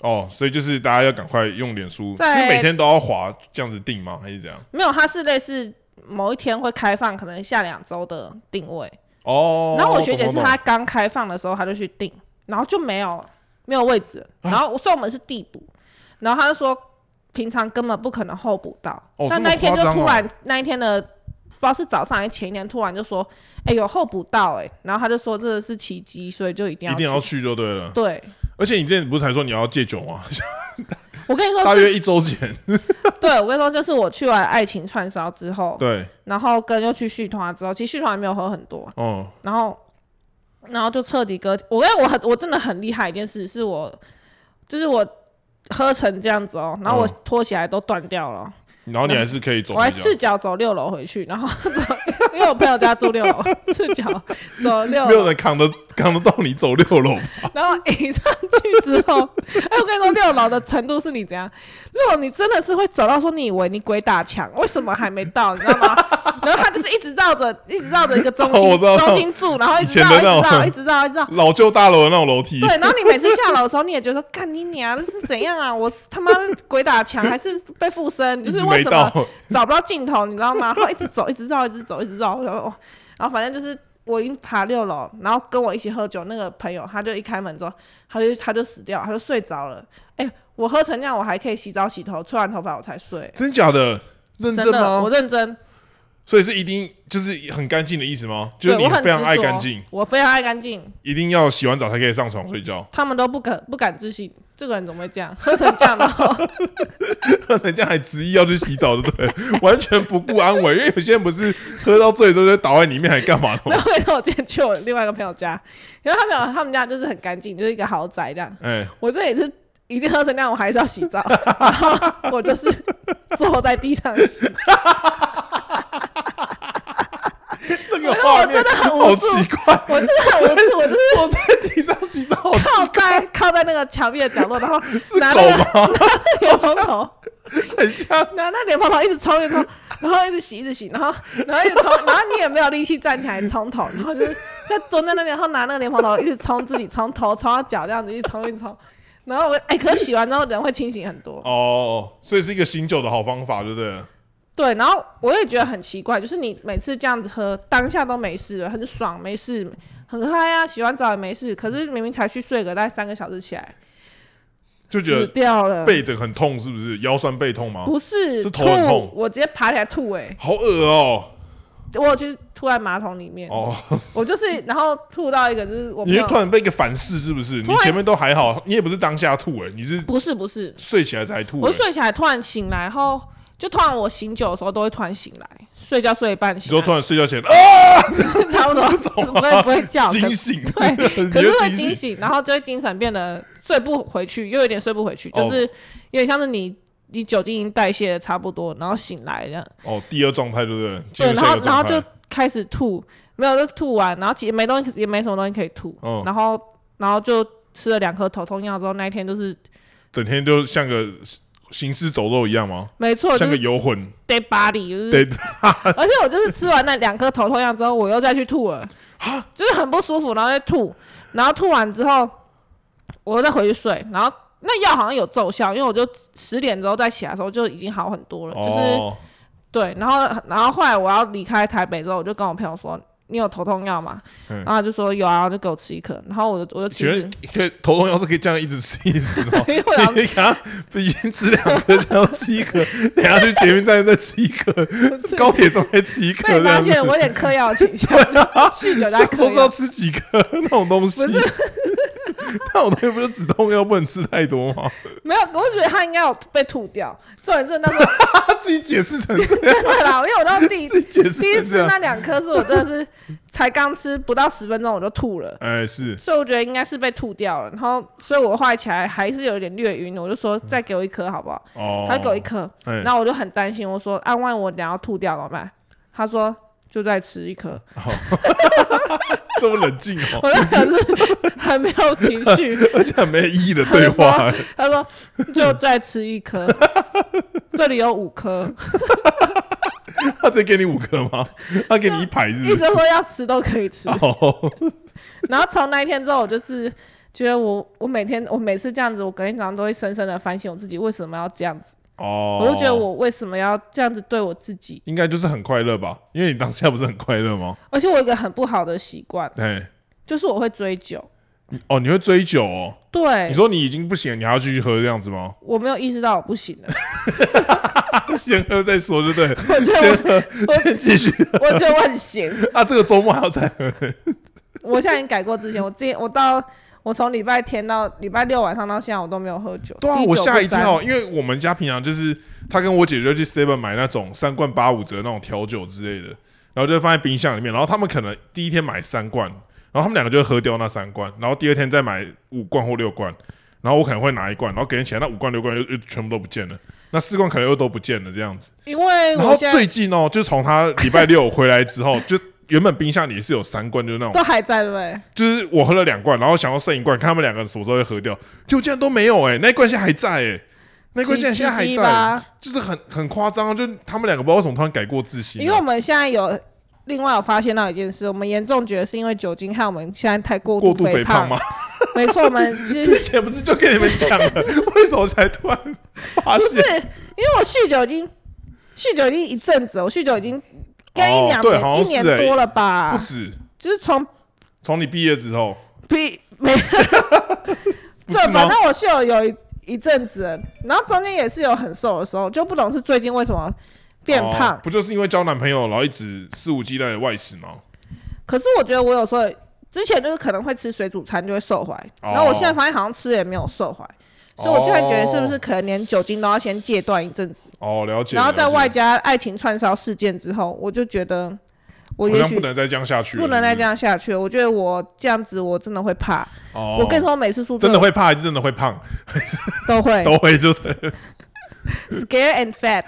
A: 哦，所以就是大家要赶快用脸书，
B: 在
A: 是每天都要划这样子定吗？还是怎样？
B: 没有，它是类似某一天会开放，可能下两周的定位。
A: 哦，
B: 然后我学姐
A: 懂
B: 是
A: 懂
B: 她刚开放的时候，她就去定，然后就没有了没有位置了，
A: 啊
B: 然后所以我们是递补，然后她就说平常根本不可能候补到，
A: 哦这
B: 但
A: 么
B: 那一天
A: 夸
B: 就
A: 张哦
B: 突然、那一天的。不知道是早上还是前一天，突然就说：“哎、有候补到哎、然后她就说：“这是奇迹，所以就一
A: 懂
B: 定要
A: 一定要
B: 去
A: 去就对了。
B: 对。
A: 而且你之前不是才说你要戒酒吗？
B: 我跟你说，
A: 大约一周前，
B: 对我跟你说，就是我去完爱情串烧之后，
A: 对，
B: 然后跟又去续团之后，其实续团也没有喝很多，
A: 哦，
B: 然后然后就彻底割。我跟我很我真的很厉害一件事，是我就是我喝成这样子哦，然后我
A: 嗯
B: 拖鞋还都断掉了，
A: 然后你还是可以走
B: 我还
A: 回家
B: 赤，脚走六楼回去，然后 走，因为我朋友家住六楼， 赤脚走六
A: 没有
B: 楼，
A: 人扛得扛得到你走六楼，
B: 然后一上去之后，哎，我跟你说六楼的程度是你怎样？六楼你真的是会走到说你以为你鬼打墙，为什么还没到？你知道吗？ 然后他就是一直绕着，一直绕着一个 中
A: 我
B: 心
A: 知道
B: 中心柱，然后一直
A: 以前的
B: 绕，一直
A: 那种
B: 绕，一直绕，一直绕。
A: 老旧大楼的那种楼梯，
B: 对，然后你每次下楼的时候，你也觉得说干你娘，这是怎样啊？我是他妈鬼打墙还是被附身？
A: 一
B: 就是
A: 直
B: 为
A: 没
B: 什么
A: 到，
B: 找不到尽头，你知道吗？然后一直走，一直绕，一直走，一直绕，然后哦然后反正就是我已经爬六楼，然后跟我一起喝酒那个朋友，他就一开门之后，他就他就死掉，他就睡着了。哎、我喝成那样，我还可以洗澡、洗头、吹完头发我才睡，
A: 真假的？认
B: 真的，我
A: 吗？
B: 认真，
A: 所以是一定就是很干净的意思吗？就是
B: 对
A: 你
B: 我很
A: 非常
B: 执
A: 爱
B: 着
A: 干净，
B: 我非常爱干净，
A: 一定要洗完澡才可以上床睡 觉，
B: 他们都不敢不敢自信，这个人怎么会这样？喝成这样然后
A: 人家还执意要去洗澡，对不对？ 完全不顾安危，因为有些人不是喝到醉之后就倒在里面，还干嘛的
B: 然
A: 吗？
B: 后那天我今天去我另外一个朋友家，然后他朋友他们家就是很干净，就是一个豪宅这样。
A: 哎、
B: 我这也是一定喝成那样，我还是要洗澡，然后我就是坐在地上洗。
A: 那
B: 我
A: 个画
B: 觉得 我
A: 面
B: 真的很
A: 好
B: 无
A: 奇
B: 助，
A: 怪，
B: 我真的很无助，我就是
A: 坐在地上洗澡，好
B: 靠
A: 奇
B: 在靠在那个墙壁的角落，然后
A: 是
B: 拿
A: 狗
B: 那
A: 吗？哦
B: 个莲蓬头，
A: 很 像
B: 拿那莲蓬头一直冲一直冲，然后一直洗一直洗，然后然后一直冲，然后你也没有力气站起来冲头，然后就是在蹲在那边，然后拿那个莲蓬头一直冲自己，从头冲到脚这样子一直冲一直冲。然后我哎、可是洗完之后人会清醒很多，
A: 哦，所以是一个醒酒的好方法，对不对？
B: 对，然后我也觉得很奇怪，就是你每次这样子喝，当下都没事了，很爽，没事，很嗨啊，洗完澡也没事，可是明明才去睡个大概三个小时起来，
A: 就觉
B: 死
A: 得
B: 掉了，
A: 背枕很痛，是不是？腰酸背痛吗？
B: 不是
A: 是头很痛
B: 吐，我直接爬起来吐、欸，
A: 好恶哦、
B: 我有去吐在马桶里面，
A: 哦，
B: 我就是然后吐到一个就是我
A: 你
B: 朋
A: 就突
B: 友，
A: 然被一个反噬，是不是？
B: 突
A: 你
B: 然
A: 前面都还好，你也不是当下吐、哎，你是
B: 不是不是，
A: 睡起来才吐、
B: 我
A: 哎
B: 是睡起来突然醒来，然后就突然我醒酒的时候都会突然醒来，睡觉睡一半
A: 你
B: 醒
A: 说
B: 来，
A: 突然睡觉前啊
B: 差不多，不会不会叫，可
A: 惊醒，
B: 对
A: 你
B: 可是
A: 就
B: 会
A: 惊
B: 惊
A: 醒，
B: 醒，然后就会精神变得睡不回去，又有点睡不回去，
A: 哦
B: 就是有点像是你你酒精已经代谢的差不多，然后醒来这样。
A: 哦，第二状态对不对？进
B: 对，
A: 入
B: 然
A: 下一
B: 后
A: 个
B: 然
A: 状
B: 后
A: 态
B: 就开始吐，没有就吐完，然后其实没东西也没什么东西可以吐，
A: 哦
B: 然后然后就吃了两颗头痛药之后，那一天就是
A: 整天就像个行尸走肉一样吗？
B: 没错，就
A: 像个
B: 是嗯
A: 游魂，
B: dead body，就是
A: 对，
B: 而且我就是吃完那两颗头痛药之后，我又再去吐了，
A: 啊
B: 就是很不舒服，然后再吐，然后吐完之后，我又再回去睡，然后那药好像有奏效，因为我就十点之后再起来的时候就已经好很多了，就是
A: 哦，
B: 对，然后然后后来我要离开台北之后，我就跟我朋友说。你有头痛药吗？
A: 嗯
B: 然后他就说有啊，然后就给我吃一颗，然后我就我就其
A: 请
B: 实？
A: 问可以头痛药是可以这样一直吃一直吃的吗
B: 因 为我要
A: 你给他已经吃两颗，然后吃一颗，等下去捷运站再吃一 颗，高铁上再吃一颗，
B: 被
A: 这
B: 发
A: 样子。
B: 现我有点嗑药倾向， 酗酒加
A: 想
B: 嗑
A: 说是要
B: 药，
A: 吃几颗那种东西，
B: 啊不是
A: 那种东西不是止痛药不能吃太多 吗？
B: 没有，我觉得他应该有被吐掉。重点是那时候
A: 他自己解释成这样，
B: 真的啦，因为我到 第
A: 自己解释
B: 第一
A: 成这
B: 次
A: 样。
B: 那两颗是我真的是才刚吃不到十分钟我就吐了，
A: 哎，是
B: 所以我觉得应该是被吐掉了。然后，所以我后来起来还是有一点略晕，我就说再给我一颗好不好？
A: 哦，
B: 他给我一颗，
A: 哎，
B: 然后我就很担心，我说啊，万一我等下吐掉怎么办？他说就再吃一颗，
A: 这么冷静哦，
B: 我那可是很 没有情 绪。
A: 而且很没意义的对话，哎
B: 他说就再吃一颗，这里有五颗，
A: 他再给你五颗吗？他给你一排是
B: 医
A: 不是？
B: 生说要吃都可以吃。
A: 哦，
B: 然后从那一天之后，我就是觉得我我每天我每次这样子，我隔天早上都会深深的反省我自己为什么要这样子，
A: 哦，
B: 我就觉得我为什么要这样子对我自己，
A: 应该就是很快乐吧，因为你当下不是很快乐吗？
B: 而且我有一个很不好的习惯，
A: 对，
B: 就是我会追酒。
A: 哦，你会追酒哦？你
B: 对，
A: 说你已经不行了，你还要继续喝这样子吗？
B: 我没有意识到我不行了，
A: 先喝再说，对不对？
B: 我觉
A: 先
B: 得
A: 喝，先继续
B: 我我觉得我很闲。
A: 啊！这个周末还要再喝，
B: 我现在已经改过之前，我之前我到我从礼拜天到礼拜六晚上到现在，我都没有喝酒。
A: 对啊，
B: 滴酒
A: 我吓一
B: 不沾
A: 跳，因为我们家平常就是他跟我姐就去 Seven 买那种三罐八五折那种调酒之类的，然后就放在冰箱里面，然后他们可能第一天买三罐，然后他们两个就会喝掉那三罐，然后第二天再买五罐或六罐，然后我可能会拿一罐，然后给人起来那五罐六罐又又全部都不见了，那四罐可能又都不见了这样子。
B: 因为
A: 然
B: 我
A: 后
B: 现
A: 最
B: 在
A: 近哦，就从他礼拜六回来之后，就原本冰箱里是有三罐，就是那种
B: 都还在对不欸对？
A: 就是我喝了两罐，然后想要剩一罐，看他们两个什么时候会喝掉，结果竟然都没有哎、那一罐现在还在哎、那一罐竟然现在还
B: 奇迹
A: 在，
B: 吧
A: 就是很很夸张啊，就他们两个不知道为什么突然改过自新
B: 因为我
A: 了，
B: 们现在有另外有发现到一件事，我们严重觉得是因为酒精害我们现在太过
A: 过
B: 度
A: 度肥胖
B: 胖
A: 吗？？
B: 没错，我们是
A: 之前不是就跟你们讲了，为什么才突然发
B: 不是
A: 现？
B: 因为我酗酒已经酆酒已经一阵子，我酗酒已经跟一
A: 哦
B: 两
A: 对
B: 年、
A: 好像
B: 一
A: 是
B: 年
A: 欸
B: 多了
A: 不
B: 吧？
A: 止，
B: 就是从
A: 从你毕业之后，
B: P 没
A: 不
B: 对
A: 是，吗
B: 反？正我室友有一一阵子了，然后中间也是有很瘦的时候，就不懂是最近为什么变胖。
A: 哦不就是因为交男朋友，然后一直肆无忌惮的外食吗？
B: 可是我觉得我有时候之前就是可能会吃水煮餐就会瘦怀，
A: 哦
B: 然后我现在发现好像吃也没有瘦怀，所以我就会觉得是不是可能连酒精都要先戒断一阵子，
A: 哦，了解。
B: 然后在
A: 了解
B: 外加爱情串烧事件之后，我就觉得我
A: 好
B: 也
A: 像不
B: 许。
A: 能再这样下去了，
B: 不能再
A: 是
B: 这样下去了，我觉得我这样子我真的会怕。
A: 是。哦，
B: 我跟你说，每次宿舍
A: 真的会怕，还是真的会胖，
B: 都会
A: 都会就是
B: scare and fat。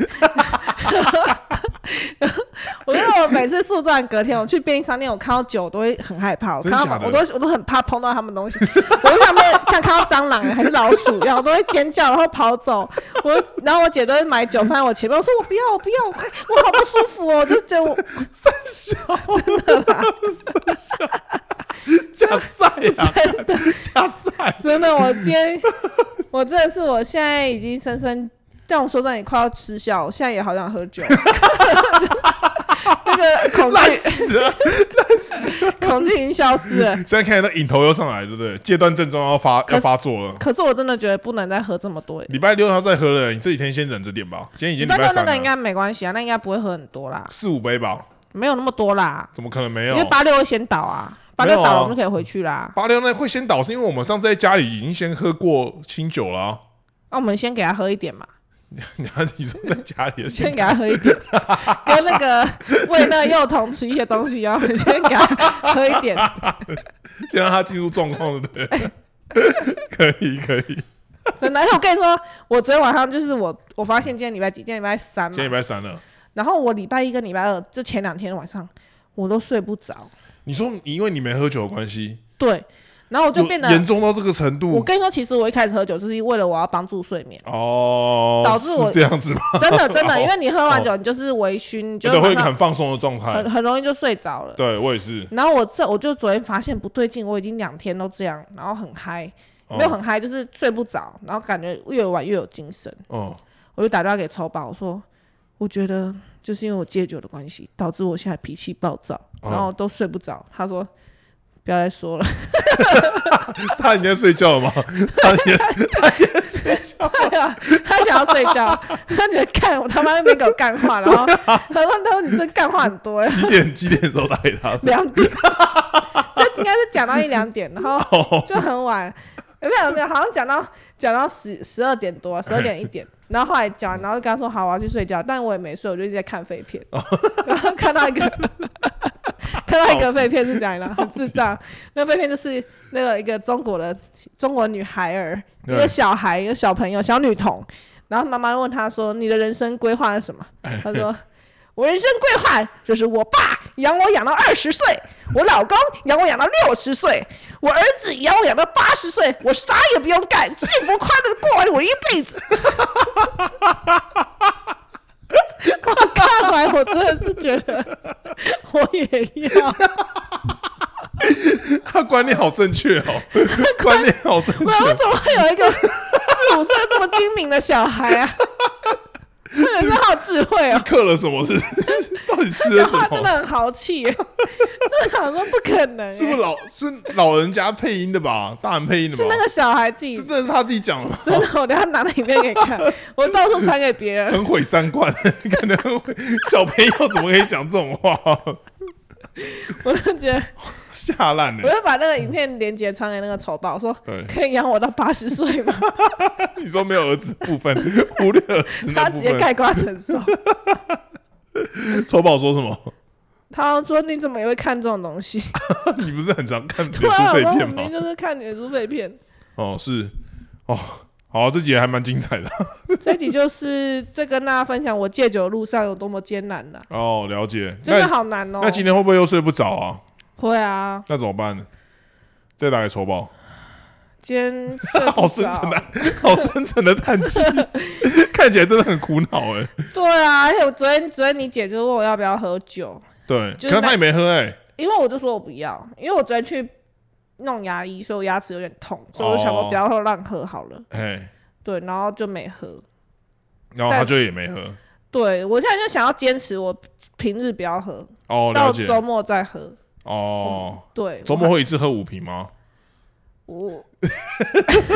B: 我跟你说，我每次宿醉隔天，我去便利商店，我看到酒都会很害怕，我
A: 真
B: 看
A: 的
B: 到
A: 假的
B: 我都我都很怕碰到他们东西，我就像被像看到蟑螂还是老鼠一样，我都会尖叫，然后跑走。我然后我姐都会买酒放在我前面，我说我不要，我不要，我快我好不舒服哦，我就觉得我
A: 三小，真的啦，三小，加赛啊，加赛，
B: 真的，我今天我真的是我现在已经深深，但我说真的，你快要吃笑，我现在也好想喝酒。那个恐
A: 烂
B: 惧
A: 死了！
B: 恐惧已经消失了。
A: 现在看到瘾头又上来，对不对？戒断症状要发
B: 可是
A: 要发作了。
B: 可是我真的觉得不能再喝这么多。
A: 礼拜六要再喝了，你这几天先忍着点吧。今天已经
B: 礼拜六那
A: 三
B: 个应
A: 了，
B: 该没关系啊，那应该不会喝很多啦，
A: 四五杯吧？
B: 没有那么多啦，
A: 怎么可能没
B: 因
A: 有
B: 为？八六会先倒啊，八
A: 没有
B: 六
A: 啊
B: 倒了我们就可以回去啦。
A: 八六那会先倒，是因为我们上次在家里已经先喝过清酒了啊。
B: 那我们先给他喝一 点嘛，
A: 你看你说在家里的
B: 先给他喝一点，跟那个喂那个幼童吃一些东西一样，我们先给他 喝一点。
A: 先让他进入状况，对不对？可以可以，
B: 真的，而且我跟你说，我昨天晚上就是我，我发现今天礼拜几？今天礼拜三
A: 今
B: 嘛
A: 天。礼拜三了。
B: 然后我礼拜一跟礼拜二，就前两天晚上我都睡不着，
A: 你说你因为你没喝酒的关系，
B: 对。然后我就
A: 有
B: 变得，
A: 严重到这个程
B: 我
A: 度，
B: 跟你说，其实我一开始喝酒就是为了我要帮助睡眠
A: 哦，
B: 导致我
A: 是这样 子吗？
B: 真的真的，因为你喝完
A: 哦
B: 酒，你就是微醺，你就
A: 觉得会
B: 马上
A: 很放松的状态
B: 很。很容易就睡着 了。
A: 对我也是，
B: 然后我这我就昨天发现不对劲，我已经两天都这样，然后很嗨，
A: 哦
B: 没有很嗨，就是睡不着，然后感觉越晚越有精神。
A: 嗯，
B: 我就打电话给丑宝，我说我觉得就是因为我戒酒的关系，导致我现在脾气暴躁，
A: 哦
B: 然后都睡不着。他说不要再说了，
A: 他已经在睡觉了吗？他已经
B: 他啊他想要睡觉，他觉得干我他妈那边给我干话，然后他说他说你这干话很多 欸，
A: 几点几点的时候打给他？
B: 两点，就应该是讲到一两点，然后
A: 哦，
B: 就很晚，没有没有，好像讲到讲到十十二点多，十二点一点，然后后来讲完，然后就跟他说好，我要去睡觉，但我也没睡，我就一直在看废片， 然后看到一个 看到一个废片是讲的，很智障，那废片就是那个一个中国的中国女孩儿，一
A: 对
B: 个小孩，一个小朋友，小女童，然后妈妈问她说：“你的人生规划是什么？”她说。我人生规划就是我爸养我养到二十岁，我老公养我养到六十岁，我儿子养我养到八十岁，我啥也不用干，幸福快乐的过完我一辈子。 我看完我真的是觉得我也要，
A: 他观念好正确 哦，观念好正
B: 不然我
A: 确。
B: 怎么会有一个四五岁这么精明的小孩啊？真的是好智慧
A: 是
B: 哦，
A: 嗑了什么？是到底吃
B: 这
A: 了什
B: 话 真的
A: 么？
B: 很豪气耶，那想说不可能耶，
A: 是不是老是老人家配音的吧？大人配音的吧？
B: 是那个小孩自己
A: 是真的是他自己讲的吗？
B: 真的，我等一下拿了影片给你看，我到时候传给别 人。
A: 很毁三观，可能很毁。小朋友怎么可以讲这种话？
B: 我就觉得，
A: 吓烂
B: 我
A: 了！
B: 就把那个影片连接传给那个丑宝，说
A: 对
B: 可以养我到八十岁吗？
A: 你说没有儿子部分，忽略儿子那
B: 他
A: 部
B: 直接
A: 分。
B: 盖瓜承受。
A: 丑宝说什么？
B: 他说：“你怎么也会看这种东西
A: 你不是很常看？”脸
B: 对啊，
A: 书
B: 我
A: 废
B: 说我
A: 片
B: 明
A: 吗
B: 明？就是看脸书废片。
A: 哦，是哦，好，这集还蛮精彩的。
B: 这集就是在跟大家分享我戒酒的路上有多么艰难了，
A: 哦，了解。
B: 真的
A: 那
B: 好难哦。
A: 那今天会不会又睡不着啊？
B: 会啊，
A: 那怎么办呢？再打给丑宝，
B: 今天睡不
A: 好深
B: 着
A: 沉的，啊好深沉的叹气， 看起来真的很苦恼哎。
B: 对啊，而且我昨天昨天你姐就问我要不要喝酒，
A: 对，
B: 就是
A: 可是他
B: 那
A: 也没喝哎。
B: 因为我就说我不要，因为我昨天去弄牙医，所以我牙齿有点痛，所以我就想说
A: 哦
B: 不要喝乱喝好了。
A: 哎，
B: 对，然后就没喝。
A: 然后他
B: 但
A: 就也没喝。
B: 对我现在就想要坚持，我平日不要喝，
A: 哦，
B: 到
A: 了解。
B: 周末再喝。嗯
A: 哦，
B: 对，
A: 周末会一次喝五瓶吗？
B: 我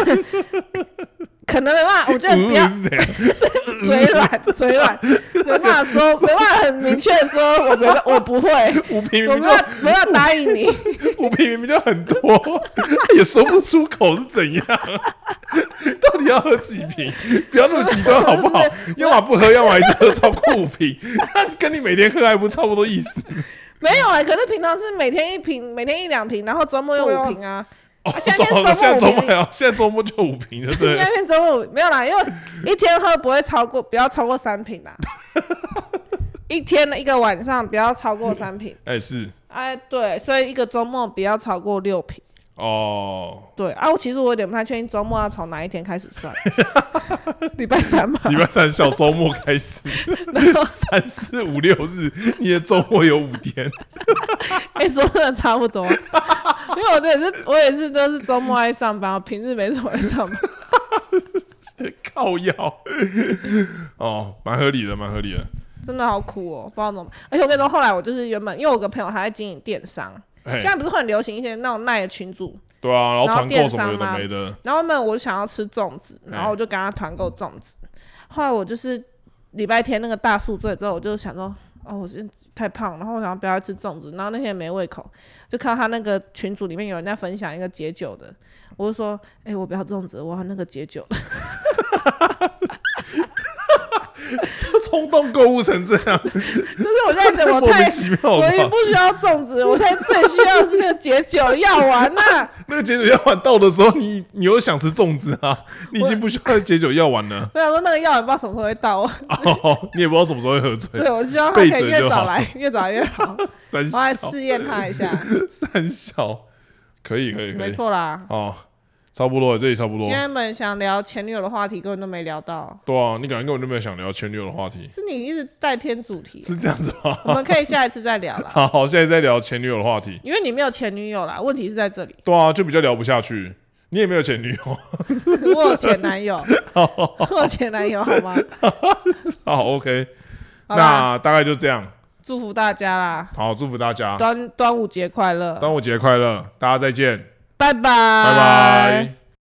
B: 可能没办法，啊我觉 得
A: 嗯
B: 不要
A: 是这样，
B: 嘴软，嘴 软，没办法说，没办法很明确地说，我没办 我不会，
A: 五瓶
B: 我
A: 明明
B: 没
A: 就
B: 有没有答应 你。
A: 五瓶明明就很多， 也说不出口是怎样。 到底要喝几瓶？不要那么极端好 不好？要么不喝，要么还是喝超过五瓶， 跟你每天喝还不差不多意思。
B: 没有啊、可是平常是每天一瓶，每天一两瓶，然后周末又
A: 对啊
B: 五瓶啊。
A: 哦，
B: 现在变
A: 周现在周
B: 周末五
A: 末
B: 瓶
A: 还好现在周末就五瓶，对不啊
B: 应
A: 对
B: 该？变周末五没有啦，因为一天喝不会超过，不要超过三瓶 啦。一天的一个晚上不要超过三瓶，
A: 哎、是
B: 哎，对，所以一个周末不要超过六瓶。
A: 哦，
B: 对啊，我其实我有点不太确定周末要从哪一天开始 算，礼拜三吧。
A: 礼拜三小周末开始，
B: 然后
A: 三四五六日，你的周末有五天。
B: 哎、说的差不多， 因为我也是，我也是，都是周末爱上班，我平日没怎么爱上班。
A: 靠腰，哦，蛮合理的，蛮合理的。
B: 真的好苦哦，不知道怎么。而且我跟你说，后来我就是原本，因为我有个朋友他在经营电商，
A: 哎
B: 现，在不是会很流行一些那种耐的群组，
A: 对啊，然后
B: 然后
A: 团购
B: 电
A: 什么
B: 商
A: 有的
B: 嘛
A: 没的，
B: 然后呢，我想要吃粽子，
A: 哎
B: 然后我就跟他团购粽子。后来我就是礼拜天那个大宿醉之后，我就想说，哦，我是太胖，然后我想要不要吃粽子，然后那天也没胃口，就看到他那个群组里面有人在分享一个解酒的，我就说，哎、我不要粽子，我要那个解酒的。
A: 就 冲动购物成这样，
B: 就是我现在怎么
A: 莫
B: 啊太
A: 名。其妙好
B: 我
A: 不
B: 也
A: 好？
B: 不需要 粽子，我现在最需要的是那个解酒药丸呐、
A: 那个解酒药丸到的时候，你你又想吃粽子啊？ 你已经不需要解酒药丸了，
B: 我想说那个药也不知道什么时候会到，我
A: 哦，你也不知道什么时候会喝醉。
B: 对我希望他可
A: 备
B: 以
A: 着
B: 越
A: 就好
B: 早 来，越早越好，
A: 三
B: 我来
A: 小，
B: 试验他 一下，
A: 三小，可以可以可
B: 没
A: 以，
B: 错啦。
A: 哦，差不多了，这里差不多
B: 今。天们想聊前女友的话题，根本都没聊到，
A: 对啊，你感觉根本就没有想聊前女友的话题，
B: 是你一直带偏主题，
A: 是这样子吗？
B: 我们可以下一次再聊啦，
A: 好，好现在在聊前女友的话题。
B: 因为你没有前女友啦，问题是 在这里，
A: 对啊，就比较聊不下去。你也没有前女友，
B: 我有前男友，我有前男友好吗？
A: 好，OK，
B: 好啦，
A: 那大概就这样。
B: 祝福大家啦，
A: 好，祝福大家
B: 端端午节快乐，
A: 端午节快乐，大家再见，
B: 拜拜，拜
A: 拜拜。